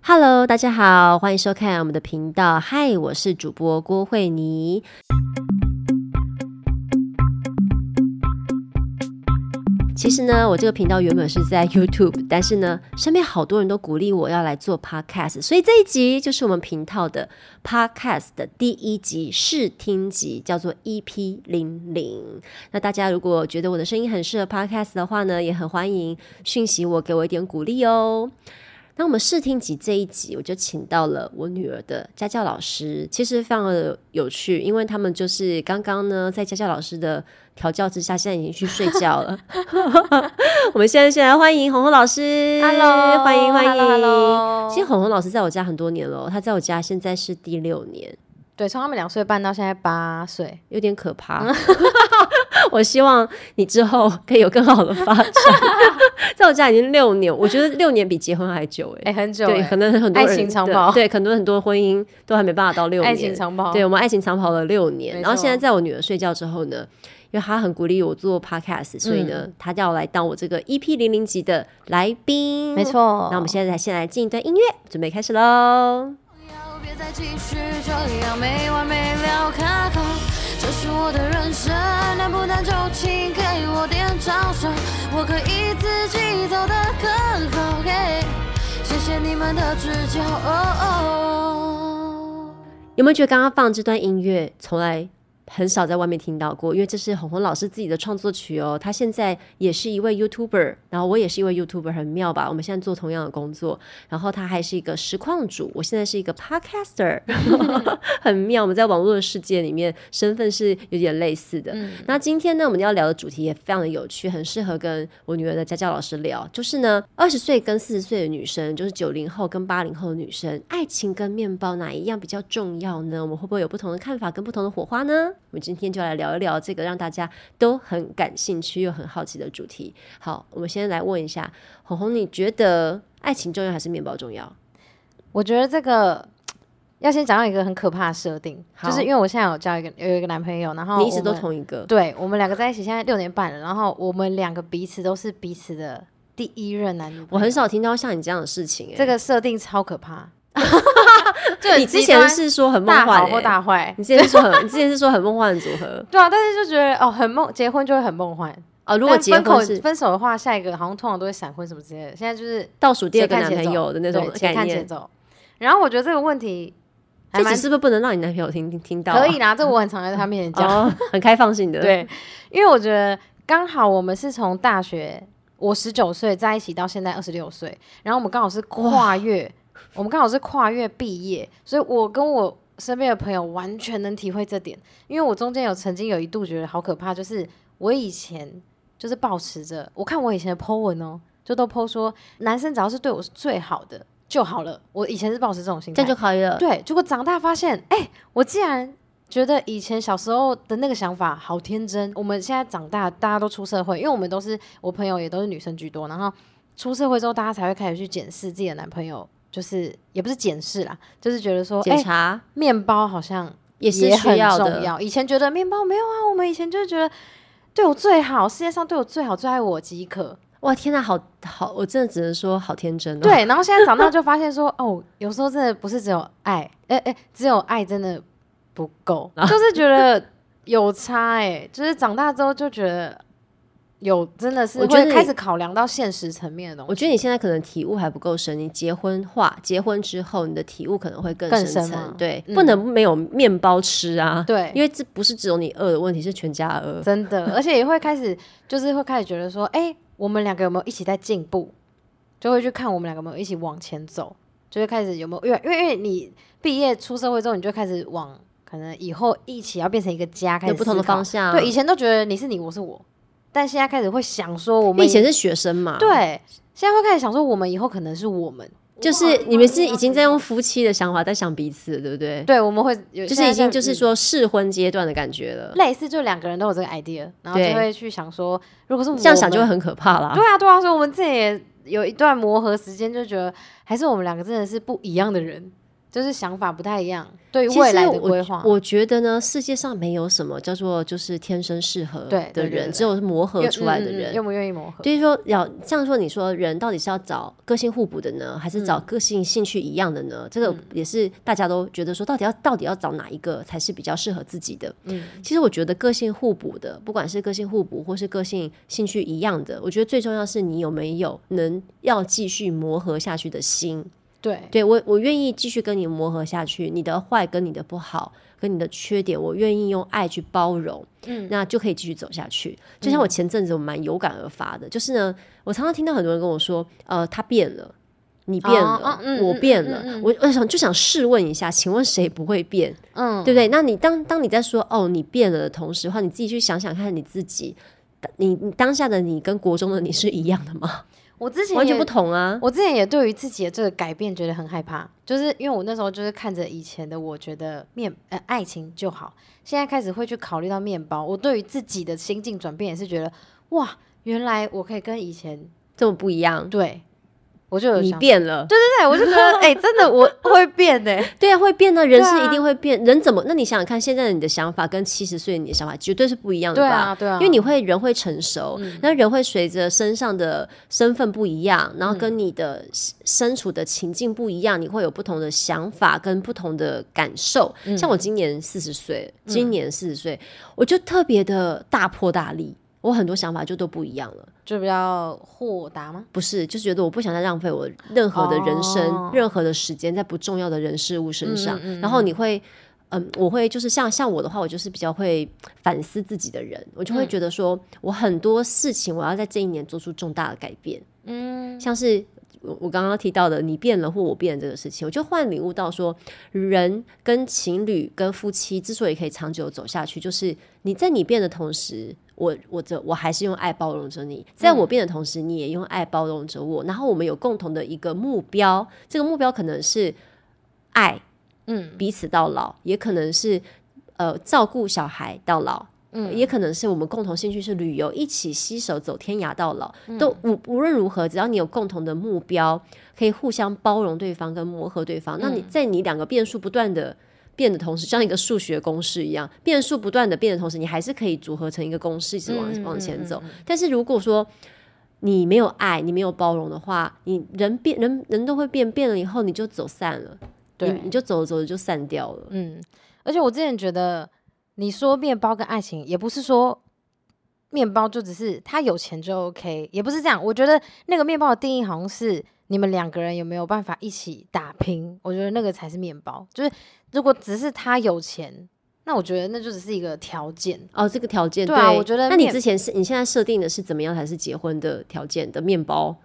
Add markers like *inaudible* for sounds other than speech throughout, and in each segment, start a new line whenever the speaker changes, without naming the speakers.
Hello，大家好，欢迎收看我们的频道。嗨，我是主播郭慧妮。其实呢，我这个频道原本是在 YouTube，但是呢，身边好多人都鼓励我要来做 Podcast，所以这一集就是我们频道的 Podcast 的第一集试听集，叫做 EP 零零。那大家如果觉得我的声音很适合 Podcast 的话呢，也很欢迎讯息我，给我一点鼓励哦。那我们试听集这一集，我就请到了我女儿的家教老师，其实非常的有趣，因为他们就是刚刚呢，在家教老师的调教之下，现在已经去睡觉
*laughs*
了。我们现在先来欢迎红红老师
Hello，
欢迎欢迎
hello，hello
其实红红老师在我家很多年了哦，她在我家现在是第六年，
对，从他们两岁半到现在八岁，
有点可怕。
嗯
*laughs* 我希望你之后可以有更好的发展。 *laughs* 在我家已经六年，我觉得六年比结婚还久哎、
哎、很久、
对，
哎
可能很多人
爱情长
对
跑
对，很多很多婚姻都还没办法到六年。
爱情长跑，
对，我们爱情长跑了六年，
没
然后现在
错
在我女儿睡觉之后呢，因为她很鼓励我做 podcast，所以
嗯
呢，她要来当我这个 EP 零零级的来宾。
没。错。
那我们现在先来进一段音乐，准备开始喽。
要别再继续这样没完没了卡口，这是我的人生，难不难就请给我点掌声，我可以自己走得更好。嘿，谢谢你们的指教。哦哦
有没有觉得刚刚放这段音乐从来很少在外面听到过？因为这是红红老师自己的创作曲哦。他现在也是一位 YouTuber，然后我也是一位 YouTuber，很妙吧？我们现在做同样的工作，然后他还是一个实况主，我现在是一个 Podcaster，很妙。我们在网络的世界里面，身份是有点类似的。那今天呢，我们要聊的主题也非常的有趣，很适合跟我女儿的家教老师聊，就是呢，二十岁跟四十岁的女生，就是九零后跟八零后的女生，爱情跟面包哪一样比较重要呢？我们会不会有不同的看法跟不同的火花呢？我们今天就来聊一聊这个让大家都很感兴趣又很好奇的主题。好，我们先来问一下红红，你觉得爱情重要还是面包重要？
我觉得这个要先讲到一个很可怕的设定，
好
就是因为我现在有交一个有一个男朋友，然后
你一直
哦我
都
们
同一个，
对我们两个在一起现在六年半了，然后我们两个彼此都是彼此的第一任男女朋友，
我很少听到像你这样的事情、欸。
这个设定超
*laughs*
可怕，就很
你之
极
前
端
是说很梦
大
幻、
好
欸，
或大坏。
你之前是说很，你之前是说很梦幻的组合
对啊，但是就觉得哦，很梦，结婚就会很梦幻。
哦。如
如
果结婚是
分手的话，下一个好像通常都会闪婚什么之类的。现在就是
倒数第二个
且看
男
且
朋友的那种
对且
概
看节
念，
奏。然后我觉得这个问题还
这
蛮
只是不是不能让你男朋友听听听到啊、
可以啦，这我很常在他面前讲。
哦，很开放性的。，
对，因为我觉得刚好我们是从大学我十九岁在一起到现在二十六岁，然后我们刚好是跨越，我们刚好是跨越毕业，所以我跟我身边的朋友完全能体会这点。因为我中间有曾经有一度觉得好可怕，就是我以前就是保持着，我看我以前的 po 文哦，就都 po 说男生只要是对我是最好的就好了。我以前是保持这种心
这
态
样就，可以了。
对，结果长大发现，哎、我竟然觉得以前小时候的那个想法好天真。我们现在长大，大家都出社会，因为我们都是我朋友也都是女生居多，然后出社会之后，大家才会开始去检视自己的男朋友，就是也不是检视啦，就是觉得说，哎、
检查
面包好像
也是
很
需要
重
的。
要。以前觉得面包没有啊，我们以前就觉得对我最好，世界上对我最好、最爱我即可。
哇，天哪，好好，我真的只能说好天真哦。，
*laughs* 对，然后现在
*laughs*
长大就发现说，哦，有时候真的不是只有爱，哎、哎、只有爱真的不够，
啊
就是觉得有差哎、就是长大之后就觉得有真的是
我觉得
会
你
开始考量到现实层面的东西。
我觉得你现在可能体悟还不够深，你结婚化结婚之后，你的体悟可能会更
更
深
深
层
吗。
对，
嗯
不能没有面包吃啊。
对
因为这不是只有你饿的问题，是全家饿。
真的，而且也会开始就是会开始觉得说，哎、我们两个有没有一起在进步？就会去看我们两个有没有一起往前走，就会开始有没有越因为因为你毕业出社会之后，你就开始往可能以后一起要变成一个家，开始
有不同的
思考
方向啊，
对，以前都觉得你是你，我是我，但现在开始会想说我
因为
们
以前是学生嘛，，
对，现在会开始想说我们以后可能是我们，
就是你们是已经在用夫妻的想法在想彼此，对不对？
对，我们会有
就是
现在
已经
在
就是
嗯
说适婚阶段的感觉了，
类似，就两个人都有这个 idea，然后就
对
会去想说，如果是我
这样想就会
们
很可怕啦。
对啊，对啊，所以我们这也有一段磨合时间，就觉得还是我们两个真的是不一样的人，就是想法不太一样，对于
其
未
实
来的规划
我，我觉得呢，世界上没有什么叫做就是天生适合
对对
的
对对
人，
对
只有是磨合
愿
出来
嗯
的
嗯嗯
人。
愿不愿意磨合？
就是说，要这样说，你说人到底是要找个性互补的呢，还是找个性兴趣一样的呢？这个也是大家都觉得说，到底要到底要找哪一个才是比较适合自己的？
嗯，
其实我觉得个性互补的，不管是个性互补或是个性兴趣一样的，我觉得最重要是你有没有能要继续磨合下去的心。
对，
对我，我愿意继续跟你磨合下去，你的坏跟你的不好，跟你的缺点，我愿意用爱去包容，
嗯
那就可以继续走下去。就像我前阵子我蛮有感而发的，就是呢，我常常听到很多人跟我说，呃，他变了。你变了，
哦嗯
我
嗯
变
嗯
了，
嗯
我我想就想试问一下，请问谁不会变？
嗯，
对不对？那你当当你在说哦你变了的同时的话，你自己去想想看你自己，你你当下的你跟国中的你是一样的
*laughs*
吗？
我之前
完全
也
不同啊！
我之前也对于自己的这个改变觉得很害怕，就是因为我那时候就是看着以前的我觉得面呃爱情就好，现在开始会去考虑到面包。我对于自己的心境转变也是觉得哇，原来我可以跟以前
这么不一样，
对，我就有
你
想
变了，
对对对，我就觉 *laughs* 得哎、真的我会变的、
对啊，会变的，人
对啊
是一定会变，人怎么？那你想想看，现在的你的想法跟七十岁的你的想法绝对是不一样的
对
吧？
啊对啊，
因为你会人会成熟，那、人会随着身上的身份不一样，然后跟你的身身处的情境不一样，你会有不同的想法跟不同的感受。像我今年四十岁，今年四十岁，我就特别的大破大立，我很多想法就都不一样了。
就比较豁达吗？
不是，就是觉得我不想再浪费我任何的人生、
哦
任何的时间在不重要的人事物身上。
嗯嗯嗯
然后你会，嗯，我会就是像像我的话，我就是比较会反思自己的人，我就会觉得说，我很多事情我要在这一年做出重大的改变，
嗯，
像是。我我刚刚提到的，你变了或我变了这个事情，我就忽然领悟到说，人跟情侣跟夫妻之所以可以长久走下去，就是你在你变的同时，我我这我还是用爱包容着你，在我变的同时，你也用爱包容着我，然后我们有共同的一个目标，这个目标可能是爱，
嗯，
彼此到老，也可能是呃照顾小孩到老。嗯，也可能是我们共同兴趣是旅游，一起携手走天涯到老。
嗯
都无无论如何，只要你有共同的目标，可以互相包容对方跟磨合对
嗯
方。那你在你两个变数不断的变的同时，像一个数学公式一样，变数不断的变的同时，你还是可以组合成一个公式，一直往、
嗯嗯
往前
嗯
走。但是如果说你没有爱，你没有包容的话，你人变人人都会变，变了以后你就走散了，
对
你你就走着走着就散掉了。
嗯，而且我之前觉得，你说面包跟爱情，也不是说面包就只是他有钱就 OK，也不是这样。我觉得那个面包的定义好像是你们两个人有没有办法一起打拼，我觉得那个才是面包。就是如果只是他有钱，那我觉得那就只是一个条件。
哦，这个条件
对啊我觉得
那你
面
之前是你现在设定的是怎么样才是结婚的条件的面包？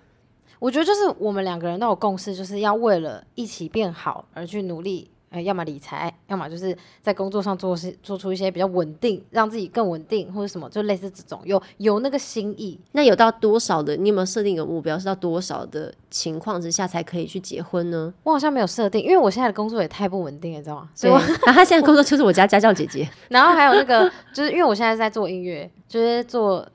我觉得就是我们两个人都有共识，就是要为了一起变好而去努力。呃，要么理财，要么就是在工作上做事，做出一些比较稳定，让自己更稳定，或者什么，就类似这种，有有那个心意。
那有到多少的？你有没有设定一个目标？是到多少的情况之下才可以去结婚
*laughs*
呢？
我好像没有设定，因为我现在的工作也太不稳定了，你知道吗？所
对，
以我，
*laughs* 然后他现在工作就是我家家教姐姐，
*laughs* 然后还有那个，就是因为我现在在做音乐，就是做，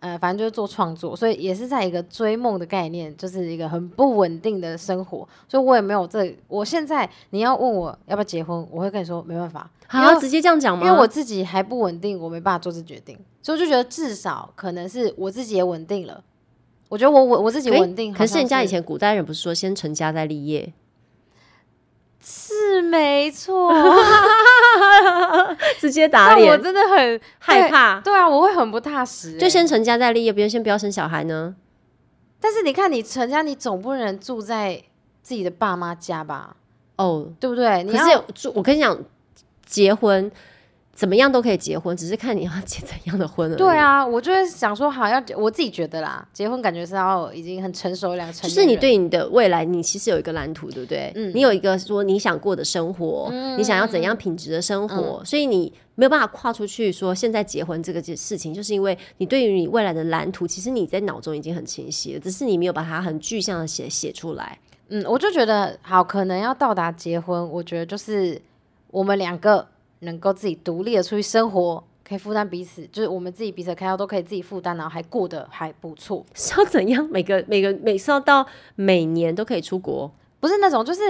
呃，反正就是做创作，所以也是在一个追梦的概念，就是一个很不稳定的生活，所以我也没有这。我现在你要问我要不要结婚，我会跟你说没办法，
好、
因为
直接这样讲
啊因
吗？
为我自己还不稳定，我没办法做这决定，所以我就觉得至少可能是我自己也稳定了。我觉得我我我自己
诶
稳定好
可
像
是
是
人家以前古代人不是说先成家再立
*laughs*
业？
是
*laughs*
没错， *laughs*
直接打
但我
脸，
真的很
害怕。
对啊，我会很不踏实、欸。
就先成家再立业，不用先不要生小孩呢？
但是你看，你成家，你总不能住在自己的爸妈家吧？
哦，
对不对？你
可
要
是就我跟你讲，结婚怎么样都可以结婚，只是看你要结怎样的婚而已。
对，啊，我就会想说，好要我自己觉得啦，结婚感觉是要已经很成熟两个
就
成年
是你
人
对你的未来，你其实有一个蓝图，对不对？
嗯
你有一个说你想过的生活，你想要怎样品质的生
嗯
活，所以你没有办法跨出去说现在结婚这个事情，就是因为你对于你未来的蓝图，其实你在脑中已经很清晰了，只是你没有把它很具象的写写出来。 *laughs*
嗯，我就觉得好，可能要到达结婚，我觉得就是我们两个能够自己独立的出去生活，可以负担彼此，就是我们自己彼此的开销都可以自己负担，然后还过得还不错。
是要怎样？每个每个每是要到每年都可以出国，
不是那种，就是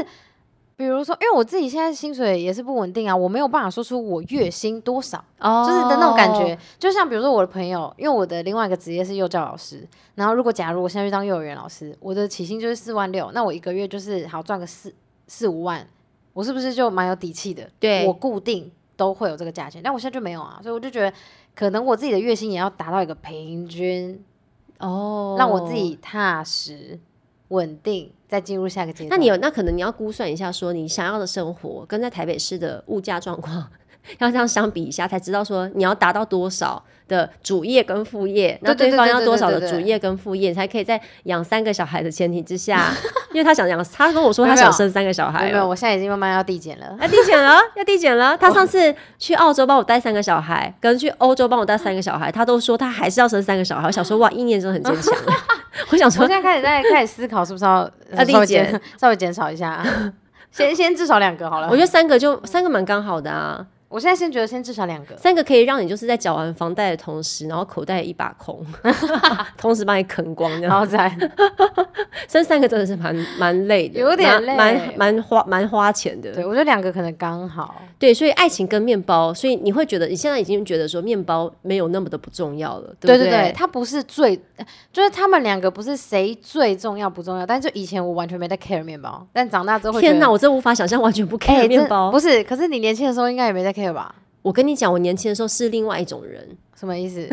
比如说，因为我自己现在薪水也是不稳定啊，我没有办法说出我月薪多少，
哦
就是的那种感觉。就像比如说我的朋友，因为我的另外一个职业是幼教老师，然后如果假如我现在去当幼儿园老师，我的起薪就是四万六，那我一个月就是好赚个四四五万，我是不是就蛮有底气的？
对
我固定都会有这个价钱，但我现在就没有啊，所以我就觉得可能我自己的月薪也要达到一个平均，
哦，
让我自己踏实稳定，再进入下一个阶段。
那你有那可能你要估算一下，说你想要的生活跟在台北市的物价状况， *laughs* 要这样相比一下，才知道说你要达到多少的主业跟副业，那
对对对
方
对
要
对
多少
对
的
对
主业跟副业，你才可以在养三个小孩的前提之
*laughs*
下，因为他想养，他跟我说他
没有
想生三个小孩
没有没有，
哦。
我现在已经慢慢要递减了。
要递减了，要递减了。他上次去澳洲帮我带三个小孩，跟去欧洲帮我带三个小孩，他都说他还是要生三个小孩。我想说，哇，意念真的很坚强。 *laughs* 我想
我
说
现，在开始在开始思考，是不是要
*laughs* 要
呃
递
稍微
减
减稍微减少一下啊， *laughs* 先先至少两个好了。
我觉得三个就三个蛮刚好的啊。
我现在先觉得先至少两个，
三个可以让你就是在缴完房贷的同时，然后口袋一把空， *laughs* 同时把你啃光这
然
样。
后再
生三个真的是蛮蛮累的，
有点
蛮
累
蛮蛮花蛮花钱的。
对我觉得两个可能刚好。
对，所以爱情跟面包，所以你会觉得你现在已经觉得说面包没有那么的不重要了，
对
不
对对
对，
它不是最，就是他们两个不是谁最重要不重要，但就以前我完全没在 care 面包，但长大之后会觉
天
得
哪，我真无法想象完全不
哎
care 面
真
包。
不是，可是你年轻的时候应该也没在 care 吧？
我跟你讲，我年轻的时候是另外一种人。
什么
*laughs*
意思？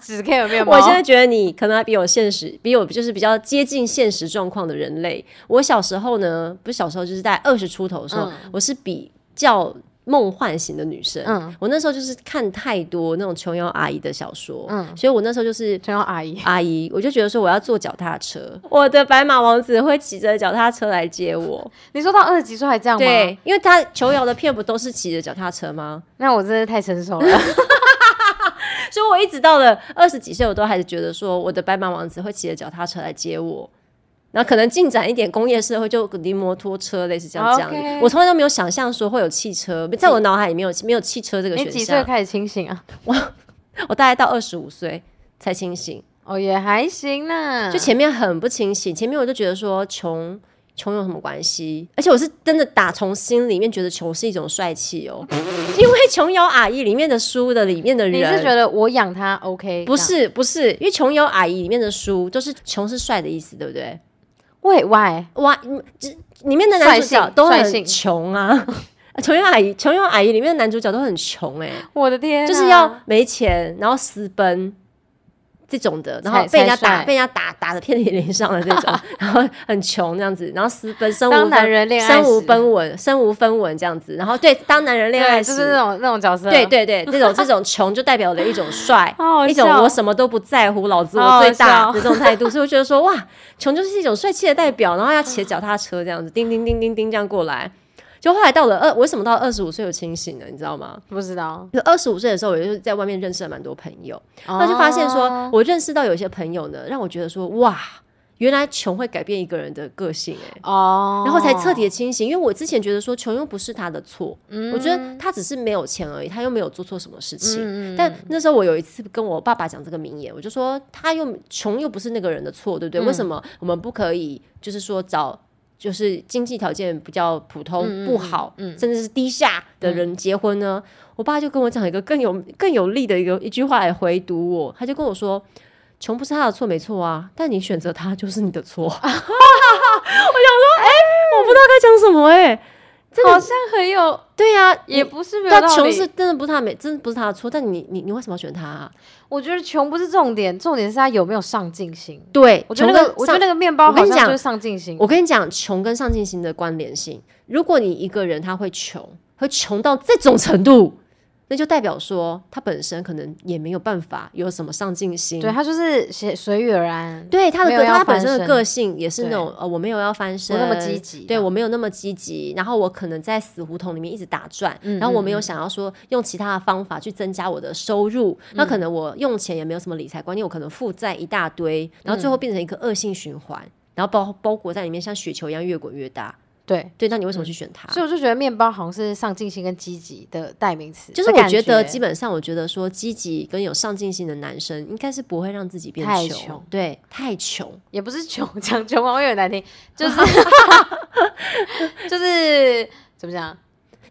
只 care 面包？
我现在觉得你可能还比我现实，比我就是比较接近现实状况的人类。我小时候呢，不是小时候，就是在二十出头的时候，
嗯
我是比较梦幻型的女生。
嗯
我那时候就是看太多那种琼瑶阿姨的小说，
嗯
所以我那时候就是
全要阿姨， *laughs*
阿姨，我就觉得说我要坐脚踏车，我的白马王子会骑着脚踏车来接我。
你说到二十几岁还这样吗？
对，因为他琼瑶的片不都是骑着脚踏车吗？
那我真的太成
*laughs*
熟了。
所以我一直到了二十几岁，我都还是觉得说，我的白马王子会骑着脚踏车来接我。然后可能进展一点，工业社会就离摩托车类似这样这样子。
OK
我从来都没有想象说会有汽车，在我脑海里没有没有汽车这个
你
选
几岁
项。
开始清醒啊？
我大概到二十五岁才清醒，
哦，也还行啦，
就前面很不清醒。前面我就觉得说穷穷有什么关系？而且我是真的打从心里面觉得穷是一种帅气哦， *laughs* 因为《琼瑶阿姨》里面的书的里面的人，
你是觉得我养他 OK？
不是不是，因为《穷游阿姨》里面的书就是“穷是帅”的意思，对不对？
喂喂，
哇，嗯这里面的男主
率
角
性
都
率
很
性
穷啊， *laughs* 《穷游阿姨》《穷游阿姨》里面的男主角都很穷哎、
我的天啊，
就是要没钱，然后私奔。这种的，然后
才
被人家
才
打，
帅
被人家打打的遍体鳞伤的这
*laughs*
种，然后很穷这样子，然后私奔，身无
当
分
男人恋爱
身无
时
分文，身无分文这样子，然后对，当男人恋爱
对，
时，
就是那种那种角色，
对对对，这种这种穷就代表了一种帅
嗯 *laughs* 好好，
一种
笑
我什么都不在乎，老子
好
我
好
最大
笑
的这种态度，所以我觉得说哇，穷就是一种帅气的代表，然后要骑脚踏车这样子，叮叮叮叮叮这样过来。就后来到了二，为什么到二十五岁有清醒了，你知道吗？
不知道，
就二十五岁的时候，我就是在外面认识了蛮多朋友，那就发现说
哦
我认识到有一些朋友呢，让我觉得说哇，原来穷会改变一个人的个性哎、
哦，
然后才彻底的清醒。因为我之前觉得说穷又不是他的错，我觉得他只是没有钱而已，他又没有做错什么事情。
嗯
但那时候我有一次跟我爸爸讲这个名言，我就说他又穷又不是那个人的错，对不对？
嗯
为什么我们不可以就是说找？就是经济条件比较普通、
嗯
不好，甚至是低下的人结婚呢，我爸就跟我讲一个更有更有力的一个一句话来回读我，他就跟我说：“穷不是他的错，没错啊，但你选择他就是你的错。” *laughs* 哎我不知道该讲什么哎、真
好
的
像很有，
对呀、啊，
也不是没有
他
道
穷
理
是，真的不是他没，真的不是他的错，但你你你为什么要选他、啊？
我觉得穷不是重点，重点是他有没有上进心。
对，
我觉得那个
穷，跟
我觉得
上
那个面包
我跟
好
你
像就
讲
是上进心，
我跟你讲，穷跟上进心的关联性，如果你一个人他会穷，会穷到这种程度，那就代表说他本身可能也没有办法有什么上进心，
对他就是随随遇而安，
对他的
没
个
有要
他本
翻
身的
身
个性也是那
对
种呃，我没有要翻身，
那么积极
对
的
我没有那么积极，然后我可能在死胡同里面一直打转，
嗯
然后我没有想要说用其他的方法去增加我的收入，
嗯
那可能我用钱也没有什么理财观念，我可能负债一大堆，然后最后
嗯
变成一个恶性循环，然后包包裹在里面像雪球一样越滚越大。
对，
对，那你为什么去选它？
嗯所以我就觉得面包好像是上进心跟积极的代名词，
就是
的
我
感
觉
觉
得，基本上我觉得说积极跟有上进心的男生，应该是不会让自己变
太
穷
穷，
对，太穷。
*laughs* 也不是穷，讲穷啊，我有点难听，就是就是怎么讲？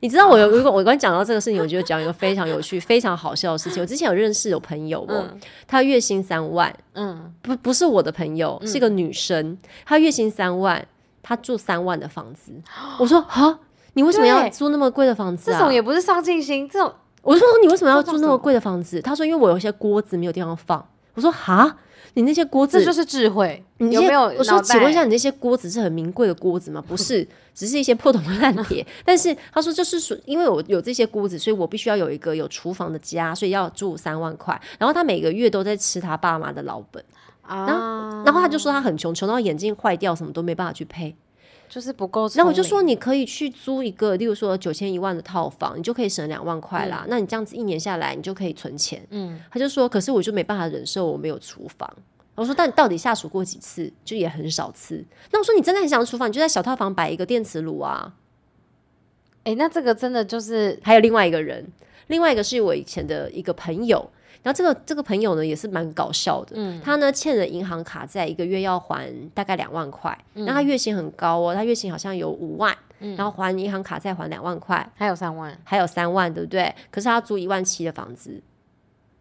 你知道
啊
我有，如果我刚讲到这个事情，我就讲一个非常有趣、非常好笑的事情。我之前有认识有朋友哦，他月薪三万，
嗯，
不不是我的朋友，是个女生，她月薪三万，她住三万的房
*gasps*
子。我说啊，你为什么要
对
租那么贵的房子
这
啊？
种也不是上进心，这种
我说你为什么要
这
住
种
那么贵的房子？她说因为我有一些锅子没有地方放。我说哈，你那些锅子
这就是智慧。
你
有
这
没有？
我说，请问一下，，你那些锅子是很名贵的锅子吗？不是，只是一些破铜烂铁。但是他说，就是属，因为我有这些锅子，所以我必须要有一个有厨房的家，所以要住三万块。然后他每个月都在吃他爸妈的老本，
啊，
然后他就说他很穷，穷到眼镜坏掉，什么都没办法去配。
就是不够聪明。
然后我就说，你可以去租一个，例如说九千一万的套房，你就可以省两万块啦。那你这样子一年下来，你就可以存钱。
嗯，
他就说，可是我就没办法忍受我没有厨房。我说，但你到底下厨过几次？就也很少次。那我说，你真的很想要厨房，你就在小套房摆一个电磁炉啊。
哎，那这个真的就是
还有另外一个人，另外一个是我以前的一个朋友。然后这个这个朋友呢也是蛮搞笑的，他呢欠了银行卡债，一个月要还大概两万块，那、他月薪很高哦，他月薪好像有五万，然后还银行卡债还两万块，
还有三万，
还有三万，对不对？可是他租一万七的房子，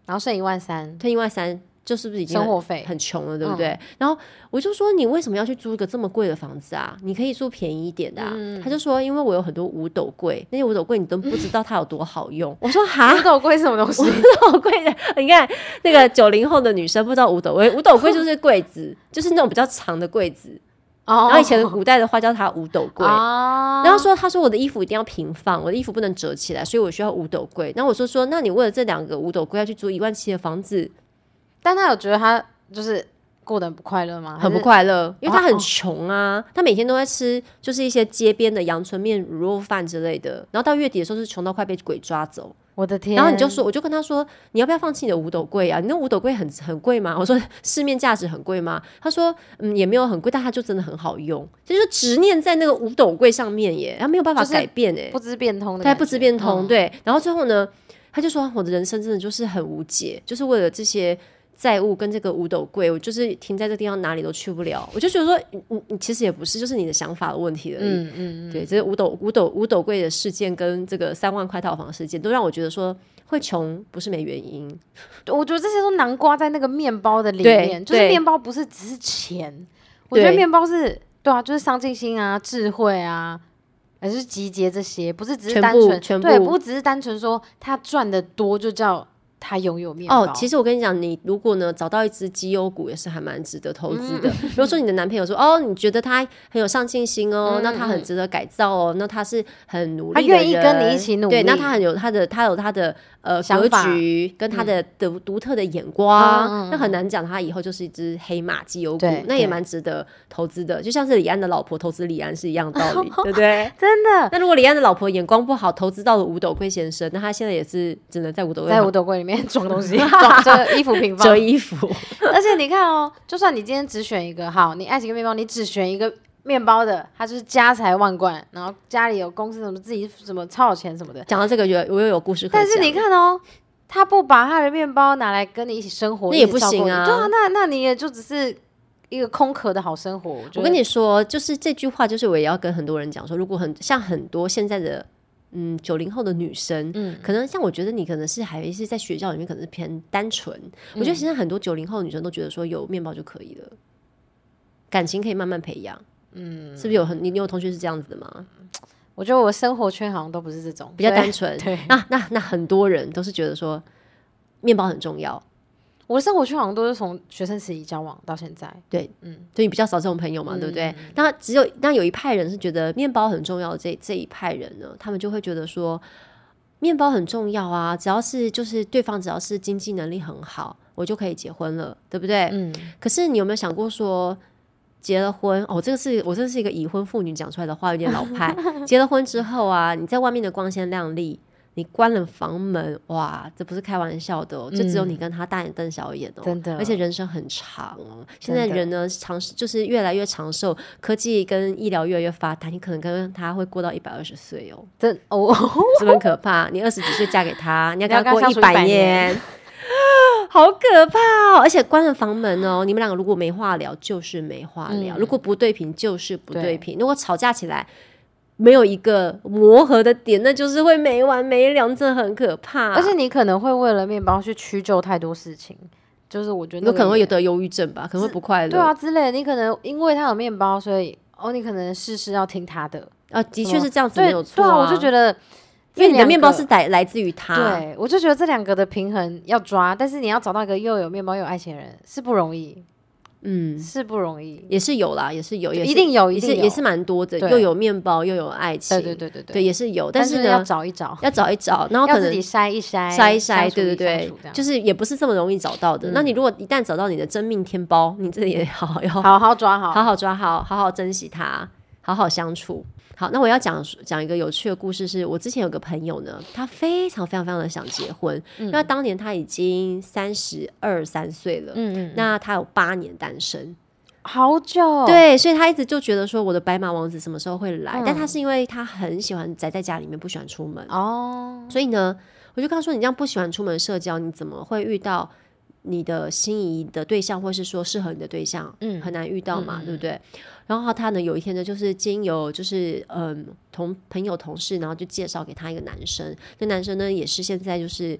然后剩一万三，
退一万三，就是不是已经
生
很
活费
很穷了，对不对？然后我就说你为什么要去租一个这么贵的房子啊？你可以租便宜一点的、啊。他就说因为我有很多五斗柜，那些五斗柜你都不知道它有多好用。我说哈，
五斗柜是什么东西？
*laughs* 五斗柜的，你看那个九零后的女生不知道五斗 *laughs* 柜，五斗柜就是柜子，就是那种比较长的柜子。
*laughs* 哦
然后以前古代的话叫它五斗柜。
啊，
然后说，他说我的衣服一定要平放，我的衣服不能折起来，所以我需要五斗柜。那我说说，那你为了这两个五斗柜要去租一万七的房子，
但他有觉得他就是过得很不快乐吗？
很不
还是。
快乐，因为他
哦
很
哦
穷啊，他每天都在吃就是一些街边的阳春面、卤肉饭之类的，然后到月底的时候是穷到快被鬼抓走，
我的天！
然后你就说，我就跟他说，你要不要放弃你的五斗柜啊？你那五斗柜很很贵吗？我说市面价值很贵吗？他说嗯也没有很贵，但它就真的很好用，就是执念在那个五斗柜上面耶，他没有办法
就是
改变哎、
不知变通
他
的
还
感觉，
不知变通，
嗯，
对。然后最后呢，他就说我的人生真的就是很无解，就是为了这些债务跟这个五斗柜，我就是停在这地方哪里都去不了。我就觉得说，你你你其实也不是，就是你的想法的问题而已。
嗯嗯嗯，
对，这个五斗五斗五斗柜的事件跟这个三万块套房事件，都让我觉得说会穷不是没原因。
我觉得这些都南瓜在那个面包的里
对
面，就是
对
面包不是只是钱，我觉得
对
面包是对啊，就是上进心啊、智慧啊，而是集结这些，不是只是
全
单
部
纯
全
对，
部
不只是单纯说他赚的多就叫他拥有面包。
哦，其实我跟你讲，你如果呢找到一只绩优股，也是还蛮值得投资的。
嗯
比如说你的男朋友说，哦，你觉得他很有上进心哦，那他很值得改造哦，那他是很努力的
嗯他愿意
人
跟你一起努
对，那
力
他很有他的，他有他的呃
想
格
法嗯
局跟他的独独特的眼光，
嗯嗯
那很难讲他以后就是一只黑马绩优股
对，
那也
对
蛮值得投资的，就像是李安的老婆投资李安是一样的道
*laughs*
理，对不对？
真的
那如果李安的老婆眼光不好，投资到了五斗贵先生，那他现在也是只能在五斗柜
在
上
五斗柜里
*laughs*
面装东西，装这个衣服平
折
方。
衣服。
而且你看哦，就算你今天只选一个，好，你爱情跟面包，你只选一个。面包的，他就是家财万贯，然后家里有公司什么，自己什么超有钱什么的，
讲到这个，有我又有故事可
但是
讲
你看哦，他不把他的面包拿来跟你一起生活，
那也
一起
不
照顾
行
你
啊
对啊，那那你也就只是一个空壳的好生活。我觉
我
得
跟你说，就是这句话，就是我也要跟很多人讲说，如果很像很多现在的嗯九零后的女生，
嗯
可能像我觉得你可能是还是在学校里面可能是偏单纯，
嗯
我觉得现在很多九零后女生都觉得说有面包就可以了，感情可以慢慢培养，嗯，是不是有很你你有同学是这样子的吗？
我觉得我生活圈好像都不是这种，
比较
对
单纯，
对，
那那那很多人都是觉得说面包很重要，
我的生活圈好像都是从学生时期交往到现在。
所以比较少这种朋友嘛，对不对？那只有那有一派人是觉得面包很重要的这这一派人呢，他们就会觉得说，面包很重要啊，只要是就是对方只要是经济能力很好，我就可以结婚了，对不对？
嗯，
可是你有没有想过说，结了婚哦，这个是我真是一个已婚妇女讲出来的话，有点老
*laughs*
派。结了婚之后啊，你在外面的光鲜亮丽，你关了房门，哇，这不是开玩笑的、哦，就只有你跟他大眼瞪小眼哦，
嗯真的
而且人生很长哦，现
真
在
的
人呢长就是越来越长寿，科技跟医疗越来越发达，你可能跟他会过到一百二十岁哦，
真哦，
是不是很可怕？你二十几岁嫁给他，你要
你
跟
要
他
跟
过
他
一
相处
百
100年
年，好可怕哦！而且关了房门哦，你们两个如果
嗯
没话聊，就是没话聊；如果不对频，就是不对频；如果吵架起来，没有一个磨合的点，那就是会没完没了，这很可怕。
而且你可能会为了面包去屈就太多事情，就是我觉得
有可能会
有
有得忧郁症吧，可能会不快乐。
对啊之类的，你可能因为他有面包，所以哦，你可能事事要听他的。
啊，的确是这样子，没
对
有错、
对啊，我就觉得
因
这
为你的
两
面包
个
是来来自于他，，
对，我就觉得这两个的平衡要抓，但是你要找到一个又有面包又有爱情的人是不容易，
嗯，
是不容易，
也是有啦，也是有，也是
一定有，一
也
定
是
有
也是蛮多的，
对
又有面包又有爱情，
对对对对
对，也是有，
但
是
要
呢，
找一找，
*laughs* 要找一找，然后
要
可
自己
能。
筛一筛，
筛一筛，
相处
对对
相
对
处这，样嗯
就是也不是这么容易找到的。那你如果一旦找到你的真命天包，你自己也好好要
好好抓好。
好好抓好，好好珍惜它，好好相处。好，那我要讲讲一个有趣的故事是，我之前有个朋友呢，他非常非常非常的想结婚，
嗯
那、当年他已经三十二三岁了，
嗯嗯，
那他有八年单身，
好久哦，
对，所以他一直就觉得说我的白马王子什么时候会来，但他
嗯
是因为他很喜欢宅在家里面，不喜欢出门，
哦，
所以呢，我就跟他说，你这样不喜欢出门社交，你怎么会遇到你的心仪的对象，或是说适合你的对象？
嗯
很难遇到嘛，
嗯嗯
对不对？然后他呢，有一天呢，就是经由就是嗯同朋友同事，然后就介绍给他一个男生，那男生呢也是现在就是。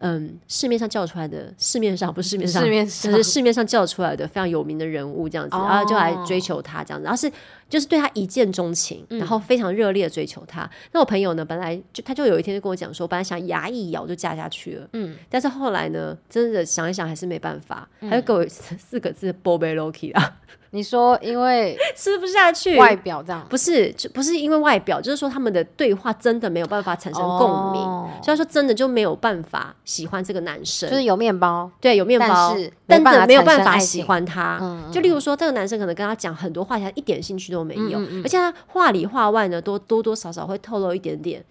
嗯，市面上叫出来的，市面上不是市面上，
市面
就
上
是市面上叫出来的非常有名的人物这样子，
哦
然后就来追求他这样子，然后是就是对他一见钟情，
嗯
然后非常热烈的追求他。那我朋友呢，本来就他就有一天就跟我讲说，本来想牙一咬就嫁下去了，
嗯，
但是后来呢，真的想一想还是没办法，他就给我四四个字 b o b e Loki 啊， *laughs*
你说因为
吃不下去。
外表这样
不是，就不是因为外表，就是说他们的对话真的没有办法产生共鸣，
哦
所以说真的就没有办法喜欢这个男生，
就是有面包，
对，有面包，
但是
但
没办法
没有
产生
办法
爱
喜
情
欢他。
嗯
就例如说，这个男生可能跟他讲很多话，他一点兴趣都没有，
嗯嗯嗯
而且他话里话外呢，多多多少少会透露一点点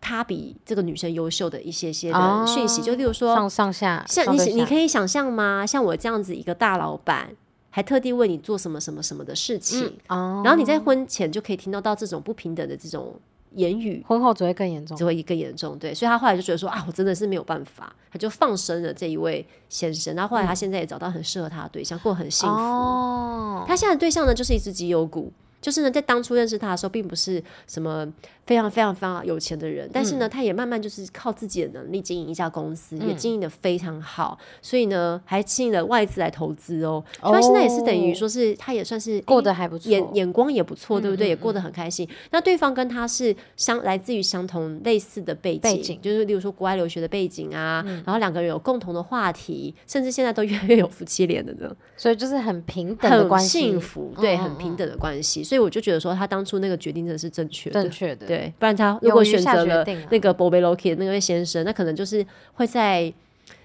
他比这个女生优秀的一些些的讯息。
哦
就例如说，
上上下，
像
上
你
对
你
下
可以想象吗？像我这样子一个大老板，还特地为你做什么什么什么的事情，
哦，
然后你在婚前就可以听到到这种不平等的这种言语，
婚后只会更严重
只，会更严重。对，所以他后来就觉得说啊，我真的是没有办法，他就放生了这一位先生。然后后来他现在也找到很适合他的对象，过得很幸福。
哦，
他现在的对象呢，就是一只绩优股。就是呢，在当初认识他的时候，并不是什么非常非常非常有钱的人，但是呢，他也慢慢就是靠自己的能力经营一家公司，也经营的非常好，所以呢，还吸引了外资来投资哦。所以他现在也是等于
哦
说是，他也算是
过
得。
得还不错，嗯
眼眼光也不错，对不对？也过得很开心。那对方跟他是相来自于相同类似的背景，
背景嗯
就是例如说国外留学的背景啊，然后两个人有共同的话题，甚至现在都越来越有夫妻脸了呢，
所以就是很平等的
很
关系，
幸福，对，
嗯
很平等的关系。所以我就觉得说，他当初那个决定真的是正确的
正。确的，
对，不然他如果
勇于
选
下
择
决
了
定啊
那个 Bobby Loki 的那位先生，那可能就是会在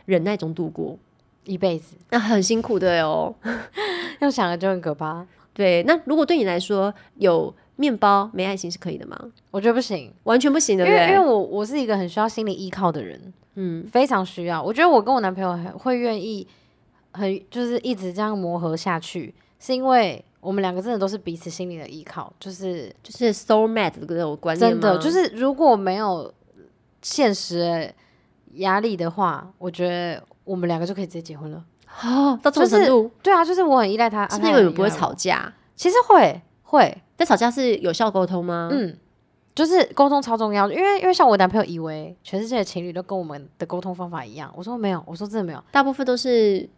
忍耐中度
*laughs*
过，
一辈子
那很辛苦的哦。
用想了就很可怕，
对，那如果对你来说有面包没爱情是可以的吗？
我觉得不行，
完全不行，对不
因为因为
对？
我我是一个很需要心理依靠的人，
嗯，
非常需要。我觉得我跟我男朋友很会愿意，很就是一直这样磨合下去，是因为我们两个真的都是彼此心理的依靠，就是
就是 soul mate 的这种观念
真
吗
的就是如果没有现实的压力的话，我觉得我们两个就可以直接结婚了。
哦，到这种程度，
对啊，就是我很依赖他，啊
是不是
他
因
也
为
很
你们不会
依赖我
吵架？
其实会会，
但吵架是有效沟通吗？，
嗯，就是沟通超重要的，因为因为像我男朋友以为全世界的情侣都跟我们的沟通方法一样，我说没有，我说真的没有，
大部分都是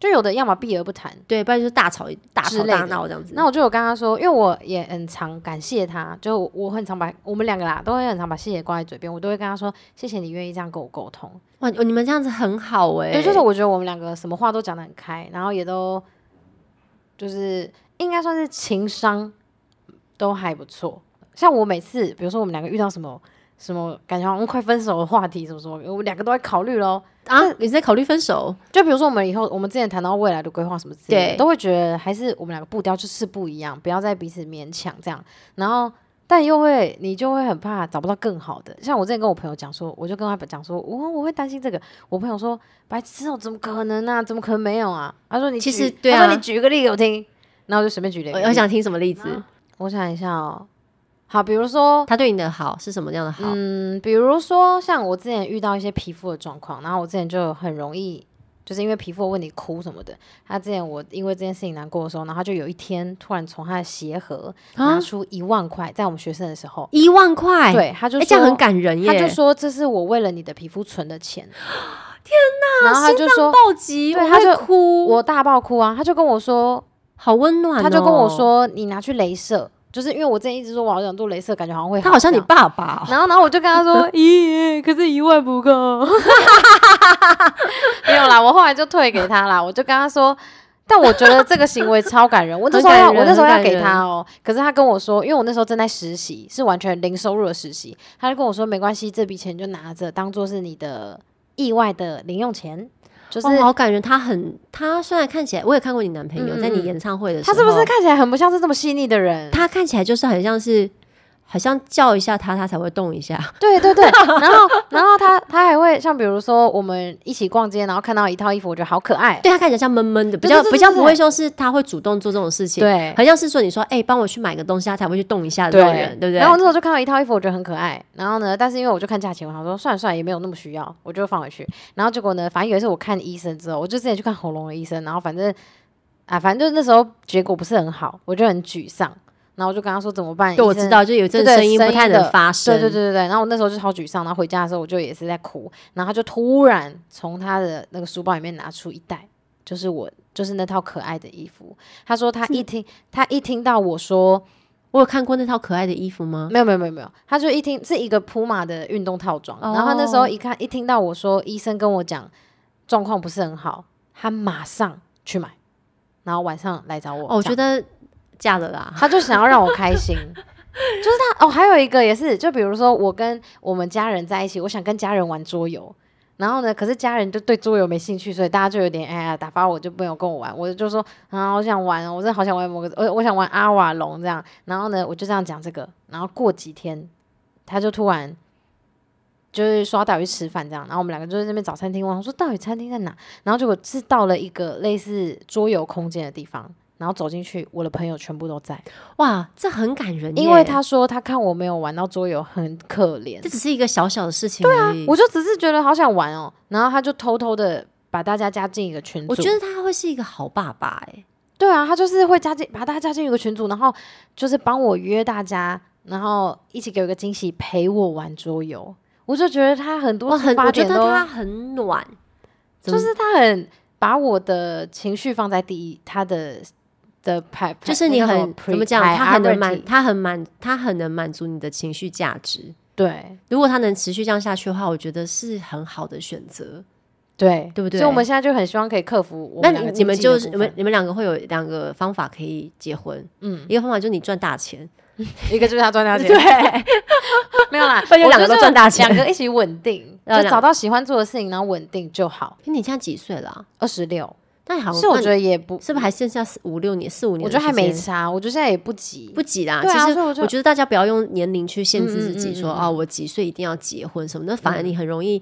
就有的要么避而不谈。
对，不然就是大吵大
之
吵
类
大
的
闹这样子。
那我就有跟他说，因为我也很常感谢他，就我我很常把我们两个啦，都会很常把谢谢挂在嘴边，我都会跟他说谢谢你愿意这样跟我沟通。
哇，你们这样子很好哎、
对，就是我觉得我们两个什么话都讲得很开，然后也都就是应该算是情商都还不错。像我每次，比如说我们两个遇到什么什么感觉好像快分手的话题，什么什么，我们两个都在考虑咯。
啊，你在考虑分手？
就比如说我们以后，我们之前谈到未来的规划什么之类
对
的，都会觉得还是我们两个步调就是不一样，不要再彼此勉强这样。然后，但又会你就会很怕找不到更好的。像我之前跟我朋友讲说，我就跟他讲说，我我会担心这个。我朋友说，白痴哦、怎么可能啊？怎么可能没有啊？他说你
其
举
实对
他
啊
说你举个例给我听。然后我就随便举了一
我
个
我
例子，
想听什么例子？
嗯我想一下哦、好，比如说
他对你的好是什么样的好？
嗯嗯，比如说像我之前遇到一些皮肤的状况，然后我之前就很容易就是因为皮肤的问题哭什么的。他之前我因为这件事情难过的时候，然后他就有一天突然从他的鞋盒
啊
拿出一万块，在我们学生的时候，
一万块，
对，他就
哎，这样
说
很感人耶，
他就说这是我为了你的皮肤存的
*gasps*
钱。天哪！然后他就说
暴击，
对
我
他
会
就
哭，
我大爆哭啊！他就跟我说，
好温暖、哦，
他就跟我，说你拿去镭射，就是因为我之前一直说我好想做镭射，感觉好像会
他好像你
这样
爸爸、哦，
然后，然后我就跟他 *laughs* 说：“咦，可是一万不够。” *laughs* 没有啦，我后来就退给他啦。我就跟他说：“ *laughs* 但我觉得这个行为超感人。”我那时候
很
要，
感人
我那时候要
很感
给
人
他哦、可是他跟我说，因为我那时候正在实习，是完全零收入的实习，他就跟我说：“没关系，这笔钱就拿着，当做是你的意外的零用钱。”就是、
哦，好感人。他很，他虽然看起来，我也看过你男朋友、
嗯嗯
在你
嗯
演唱会的时
他
候，
是不是看起来很不像是这么细腻的人？
他看起来就是很像是，好像叫一下他，他才会动一下。 *laughs*
对对对， *laughs* 然后然后他他还会像比如说我们一起逛街，然后看到一套衣服，我觉得好可爱。
对他看起来像闷闷的，比
对
较
对对
比较
对对
不会说是他会主动做这种事情，
对
好像是说你说哎，帮、我去买个东西，他才会去动一下的那种人，对不对？
然后我那时候就看到一套衣服，我觉得很可爱。然后呢，但是因为我就看价钱，我想说算了算了，也没有那么需要，我就放回去。然后结果呢，反正有一次我看医生之后，我就之前去看喉咙的医生，然后反正啊，反正就那时候结果不是很好，我就很沮丧。然后我就跟他说怎么办？
对，我
医生
知道，就有一阵
对对
声音不太
声音
能
的
发声，
对对对对对，然后我那时候就超沮丧，然后回家的时候我就也是在哭，然后他就突然从他的那个书包里面拿出一袋，就是我就是那套可爱的衣服。他说他一听他一听到我说
我有看过那套可爱的衣服吗？
没有没有没有没有，他就一听是一个普马的运动套装，
哦
然后他那时候一看一听到我说医生跟我讲状况不是很好，他马上去买，然后晚上来找我。
哦，我
这
觉
样
得嫁了啦。
他就想要让我开心。 *laughs* 就是他哦，还有一个也是，就比如说我跟我们家人在一起，我想跟家人玩桌游，然后呢，可是家人就对桌游没兴趣，所以大家就有点哎呀打发我，就没有跟我玩。我就说啊，我想玩哦，我真的好想玩某个，我我想玩阿瓦隆这样。然后呢，我就这样讲这个，然后过几天他就突然就是说要带我去吃饭这样，然后我们两个就在那边找餐厅，我想说到底餐厅在哪？然后结果是到了一个类似桌游空间的地方，然后走进去，我的朋友全部都在。
哇，这很感人耶，
因为他说他看我没有玩到桌游，很可怜
这。只是一个小小的事情而已。
啊我就只是觉得好想玩哦，然后他就偷偷的把大家加进一个群组。
我觉得他会是一个好爸爸哎、
对啊，他就是会加进把大家加进一个群组，然后就是帮我约大家，然后一起给我一个惊喜，陪我玩桌游。我就觉得他很多
我
出
很
发
我觉
点
得
都，
他很暖，怎么
就是他很把我的情绪放在第一，他的的排
就是你
那叫什
很
么
怎么讲，他很能满
priority
他很满他很能满足你的情绪价值。
对
如果他能持续这样下去的话，我觉得是很好的选择。
对
对不对
所以我们现在就很希望可以克服我
那
们两个
你你们
经济
就
的
是
部
你们
分
你们两个会有两个方法可以结婚，
嗯。
一个方法就是你赚大钱，
一个就是他赚大钱，
对，
*laughs* 没
*laughs*
有啦，
不然就
我
两个
觉得
都赚大钱
两个一起稳
*laughs*
定，
呃
就
两
找到喜欢做的事情，然后稳定就好。
你现在几岁了啊、
二十六，
但好，
是我
哦那你
觉得也不，
是不是还剩下四五六年四五年
我
的时
觉
间？
得还没差，我觉得现在也不急，
不急啦。
对啊
其实
所以我就
我觉得大家不要用年龄去限制自己
嗯嗯嗯
说，
嗯嗯
哦，我几岁一定要结婚什么，那反而你很容易。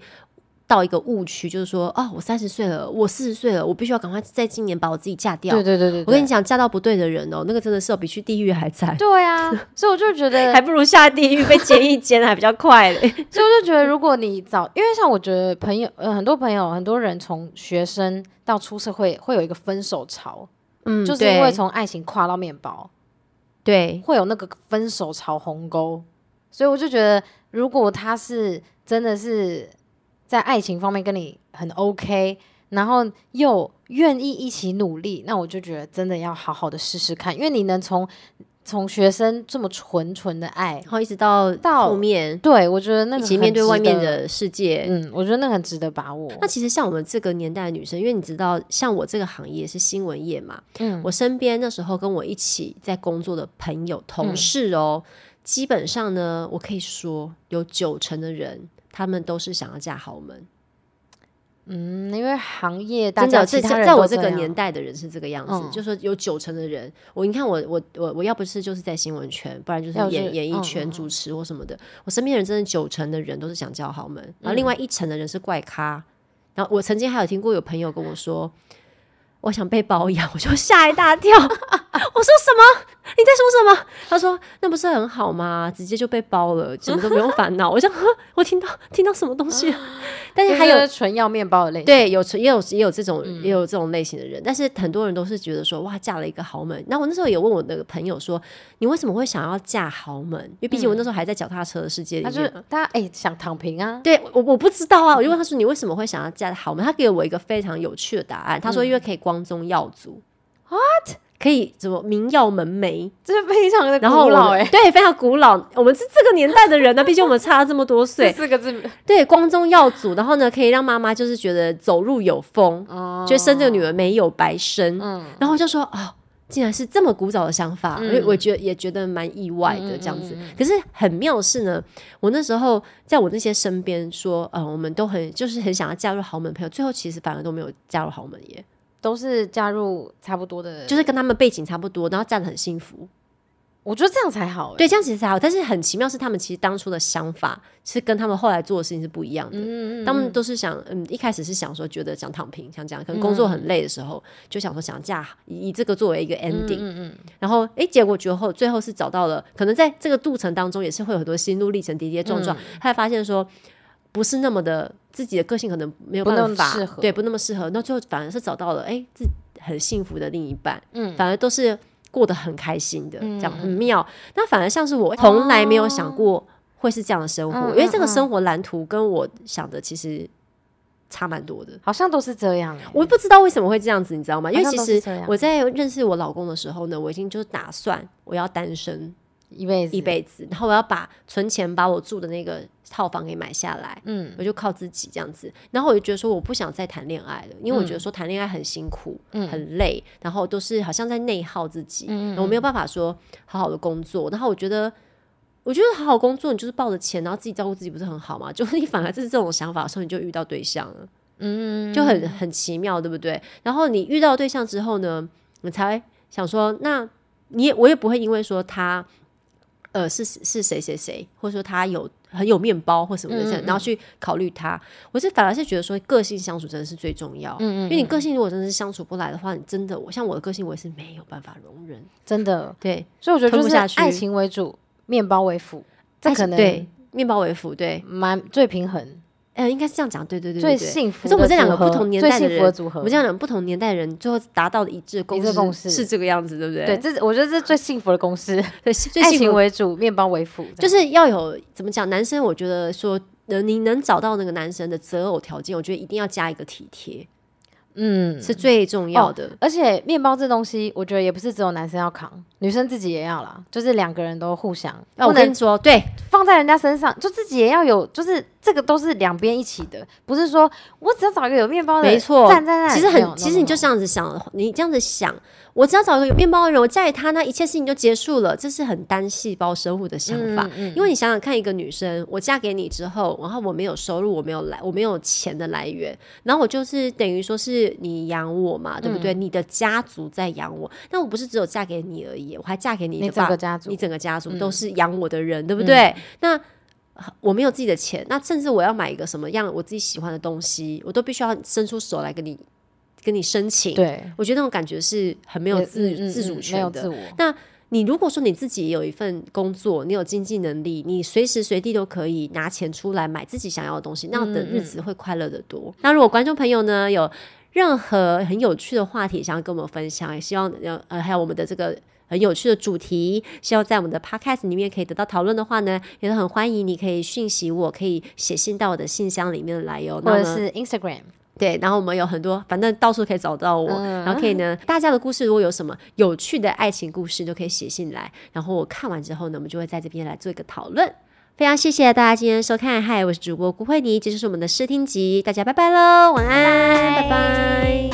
到一个误区，就是说，哦，我三十岁了，我四十岁了，我必须要赶快在今年把我自己嫁掉。
对对对对，
哦我跟你讲，嫁到不对的人哦，那个真的是有比去地狱还惨
对，，
*laughs*
对啊，所以我就觉得
还，不如下地狱被奸一奸还比较快嘞。
*laughs* 所以我就觉得，如果你早，因为像我觉得朋友，呃，很多朋友，很多人从学生到出社会，会有一个分手潮，
嗯，
就是因为从爱情跨到面包，
对
会有那个分手潮鸿沟，所以我就觉得，如果他是真的是在爱情方面跟你很 OK，然后又愿意一起努力，那我就觉得真的要好好的试试看，因为你能从从学生这么纯纯的爱，
然后一直到
到
后面
对我觉得那
一
个
起
很
面对
值
外面
得，
的世界。
嗯，我觉得那个很值得把握。
那其实像我们这个年代的女生，因为你知道，像我这个行业是新闻业嘛，
嗯，
我身边那时候跟我一起在工作的朋友、同事哦，基本上呢，我可以说有九成的人，他们都是想要嫁豪门。
嗯，因为行业大
真
家
的，
其
这
他
在
人
在
都
我这个
样
年代的人是这个样子，
嗯
就说有九成的人，我你看我我我我要不是就是在新闻圈，不然就是
要是
演演艺
嗯
圈
嗯嗯
主持或什么的，我身边的人真的九成的人都是想叫豪门，然后另外
嗯
一成的人是怪咖，然后我曾经还有听过有朋友跟我说。我想被包养，我就吓一大跳。 *laughs* 我说什么？你在说什么？他说那不是很好吗？直接就被包了，什么都不用烦恼。我想，呵 *laughs* 我听到听到什么东西了？啊 *laughs* 但是还有
就是纯要面包的类型，
对，有也有也有这种、
嗯
也有这种类型的人，但是很多人都是觉得说，哇，嫁了一个豪门。那我那时候也问我的朋友说，你为什么会想要嫁豪门？因为毕竟我那时候还在脚踏车的世界
嗯他
里
就
面
是
嘛。
他哎、想躺平啊，
对我我不知道啊，我就问他说你为什么会想要嫁豪门？他给我一个非常有趣的答案，他说
嗯
因为可以光宗耀祖。What？可以怎么名耀门楣？
这是非常的
然后
古老
我
哎、
们对，非常古老。我们是这个年代的人呢、啊毕竟我们差了这么多
这
岁。
*laughs* 四个字
对，光宗耀祖，然后呢，可以让妈妈就是觉得走路有风，
哦
觉得生这个女儿没有白生。
嗯
然后我就说哦，竟然是这么古早的想法，
嗯
因为我觉得也觉得蛮意外的这样子。
嗯
可是很妙是呢，我那时候在我那些身边说，嗯、我们都很就是很想要嫁入豪门的朋友，最后其实反而都没有嫁入豪门耶，
都是加入差不多的，
就是跟他们背景差不多，然后嫁的很幸福。
我觉得这样才好、欸，
对，这样其实还好，但是很奇妙是他们其实当初的想法是跟他们后来做的事情是不一样的。
嗯，嗯嗯，
他们都是想，嗯，一开始是想说，觉得想躺平，想这样，可能工作很
嗯
累的时候，就想说想嫁，以以这个作为一个 ending，、
嗯嗯
然后诶，结果最后最后是找到了，可能在这个路程当中也是会有很多心路历程、跌跌撞
嗯
撞，他才发现说不是那么的自己的个性可能没有
不那
办
么
法
适合
对，不那么适合，那最后反而是找到了诶，自很幸福的另一半，
嗯
反而都是过得很开心的，
嗯
这样很妙。那反而像是我从来没有想过会是这样的生活，
哦嗯
因为这个
嗯嗯
生活蓝图跟我想的其实差蛮多的。
好像都是这样、欸，
我不知道为什么会这样子，你知道吗？因为
嗯好
其
像都
实
是这样
我在认识我老公的时候呢，我已经就是打算我要单身
一辈子
一，辈子，然后我要把存钱把我住的那个套房给买下来，
嗯
我就靠自己这样子。然后我就觉得说我不想再谈恋爱了，因为我觉得说谈恋爱很辛苦、
嗯
很累，然后都是好像在内耗自己，
嗯
然后我没有办法说好好的工作。然后我觉得。我觉得好好工作，你就是抱着钱，然后自己照顾自己，不是很好吗？ *laughs* 就是你反而是这种想法的时候，你就遇到对象了。
嗯，
就很很奇妙，对不对？然后你遇到对象之后呢，你才想说，那你也我也不会因为说他，呃，是是谁谁谁，或者说他有很有面包或什么的，
嗯嗯嗯
然后去考虑他。我是反而是觉得说，个性相处真的是最重要。
嗯嗯
因为你个性如果真的是相处不来的话，你真的，我像我的个性，我也是没有办法容忍。
真的，
对，
所以我觉得
吞
就
不
是
下去
爱情为主，面包为辅，这可能
对面包为辅，对，
蛮最平衡、
呃，应该是这样讲，对对对
最
对对
幸
可
福的组合。
是我们这两个不同年代的
最幸福的
人，
组合，
我们这两个不同年代的人最后达到的一致共
一致共
识
识
是这个样子，对不对？
对，这是我觉得这是最幸福的公式，
对， *laughs* 最
爱
幸
情
福
为主，面包为辅，
就是是要有怎么讲，男生我觉得说，呃，你能找到那个男生的择偶条件，我觉得一定要加一个体贴，
嗯。
是最重要的。
而且面包这东西，我觉得也不是只有男生要扛，女生自己也要啦，就是两个人都互相，
那、
不
我跟
能
你说，对，
放在人家身上，就自己也要有，就是这个都是两边一起的，不是说我只要找一个有面包的，
没错
站在那里，
其实
没有
很，其实你就
no,
这样子想，你这样子想，我只要找一个有面包的人，我嫁给他，那一切事情就结束了，这是很单细胞生物的想
no, no
法。
嗯嗯
因为你想想看，一个女生，我嫁给你之后，然后我没有收入，我没有来，我没有钱的来源，然后我就是等于说是你养我嘛，对不
嗯
对？你的家族在养我，但我不是只有嫁给你而已，我还嫁给你
你
的
整
爸
个，家族嗯
你，整个家族都是养我的人，对不对？那我没有自己的钱，那甚至我要买一个什么样我自己喜欢的东西，我都必须要伸出手来跟你跟你申请。，
对，
我觉得那种感觉是很没有
也
自、
嗯嗯
自主
嗯
权
没有
的
自。我，
你如果说你自己有一份工作，你有经济能力，你随时随地都可以拿钱出来买自己想要的东西，那样的日子会快乐的多。那如果观众朋友呢有任何很有趣的话题想要跟我们分享，也希望呃呃还有我们的这个。很有趣的主题，希望在我们的 podcast 里面可以得到讨论的话呢，也很欢迎你可以讯息我，可以写信到我的信箱里面来哦哟、那
或者
么
是 Instagram，
对，然后我们有很多，反正到处可以找到我，
嗯
然后可以呢，大家的故事如果有什么有趣的爱情故事，都可以写信来，然后我看完之后呢，我们就会在这边来做一个讨论。非常谢谢大家今天收看，嗨，我是主播顾慧妮，这就是我们的试听集，大家拜拜喽，晚安，拜拜